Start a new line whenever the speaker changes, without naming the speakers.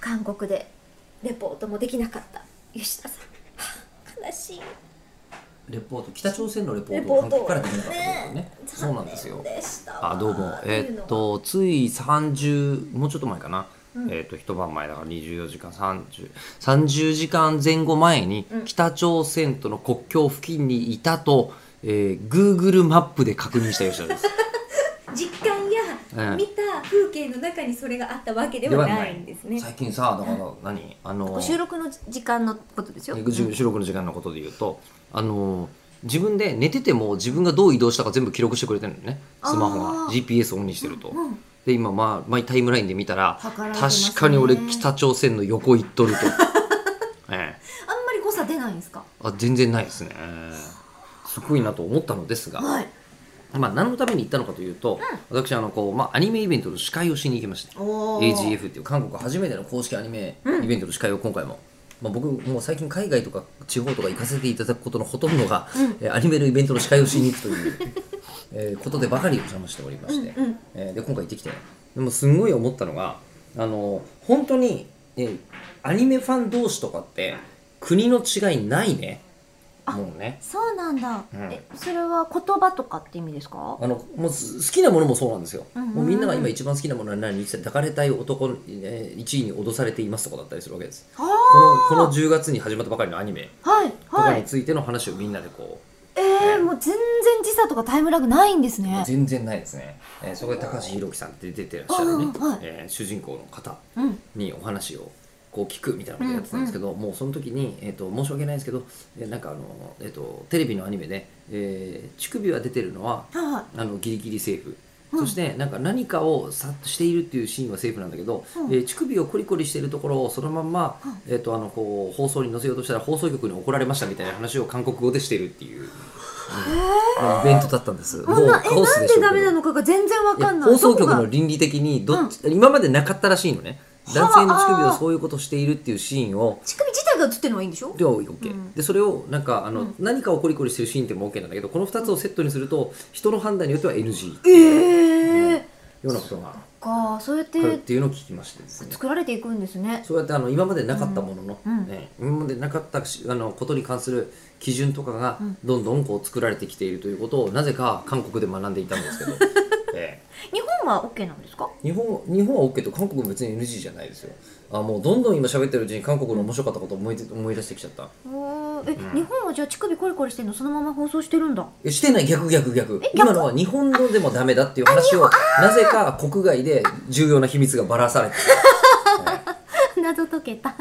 韓国でレポートもできなかった吉田さんはあ悲しい
レポート北朝鮮のレポ
レ
ート
ポ
を
ー
韓
ト
国からできなかった
ね
んだよねそうなんですよ
残念でしたわ
あどうも
てい
え
の
っ
が
とつい30もうちょっと前かな、えっと一晩前だから24時間3030時間前後前に北朝鮮との国境付近にいたと、えー、Google マップで確認した吉田です
実感
う
や
ん
見た風景の中にそれがあったわけではないんですね
最近さだから何あの
収録の時間のことでしょ、
ね収録の時間のことで言うと、あのー自分で寝てても自分がどう移動したか全部記録してくれてるのねスマホ
あ
が
ー
GPS オンにしてると、
うん
で今、まあ、マイタイムラインで見たら
計られてますね
確かに俺北朝鮮の横行 っとると、ええ、
あんまり誤差出ないんですか
あ全然ないですねええすごいなと思ったのですが、
はい
まあ、何のために行ったのかというと、私あのこう、まあ、アニメイベントの司会をしに行きました
おー
AGF っていう韓国初めての公式アニメイベントの司会を今回も、まあ、僕もう最近海外とか地方とか行かせていただくことのほとんどが、えーアニメのイベントの司会をしに行くという、 えーことでばかりお邪魔しておりまして、
うんうん
えーで今回行ってきてでもすんごい思ったのがあの本当に、えーアニメファン同士とかって国の違いないねもうね
そうなんだ、
うん
えそれは言葉とかって意味ですか
あのもうす好きなものもそうなんですよ、
うんうんうん
もうみんなが今一番好きなものは何って言って抱かれたい男の、えー1位に脅されていますとかだったりするわけです
あ
このこの10月に始まったばかりのアニメ
あはい
とか
は
に
い
ついての話をみんなでこ
えー、もう全然時差とかタイムラグないんです
う、
ね
全然ないですね、えーそこで高橋宏樹さんって出てらっしゃるね、
あーはい
えー主人公の方
うん
にお話をこう聞くみたいなことやってたんですけど、もうその時に、えー、と申し訳ないんですけど、えーなんかあの、えー、とテレビのアニメで、えー乳首は出てるのは
はいはい
あのギリギリセーフ、
うん
そしてなんか何かをさっとしているっていうシーンはセーフなんだけど、
うん
えー乳首をコリコリしているところをそのまんま、えー、とあのこう放送に載せようとしたら放送局に怒られましたみたいな話を韓国語でしてるっていう、うんイベントだったんです。
こんなえ
カオス
なん
でし
で
ょうけど
ダメなのかが全然わ
いや
かんない
放送局
どこ
の
が
倫理的にどっち、今までなかったらしいのね男性の乳首
は
を
あ
そういうことしているっていうシーンを
乳首自体が映ってるのはいいんでしょ
では OK、
うん
でそれをなんかあの、
うん
何かをコリコリしてるシーンでも OK なんだけどこの2つをセットにすると人の判断によっては NG よ
ええー
うなことが
かそうやっ
あるってていうのを聞きましてですね
作られていくんですね
そうやってあの今までなかったものの、
うんうん
ね、今までなかったしあのことに関する基準とかが
うん
どんどんこう作られてきているということをなぜか韓国で学んでいた んですけど、ええ
日本は OK なんですか
日本日本は OK と韓国も別に NG じゃないですよあもうどんどん今喋ってるうちに韓国の面白かったことを思い出思い出してきちゃった
え、日本はじゃあ乳首コリコリしてるのそのまま放送してるんだ
えしてない逆逆逆
逆
今のは日本のでもダメだっていう話をなぜか国外で重要な秘密がばらされて る
謎解けた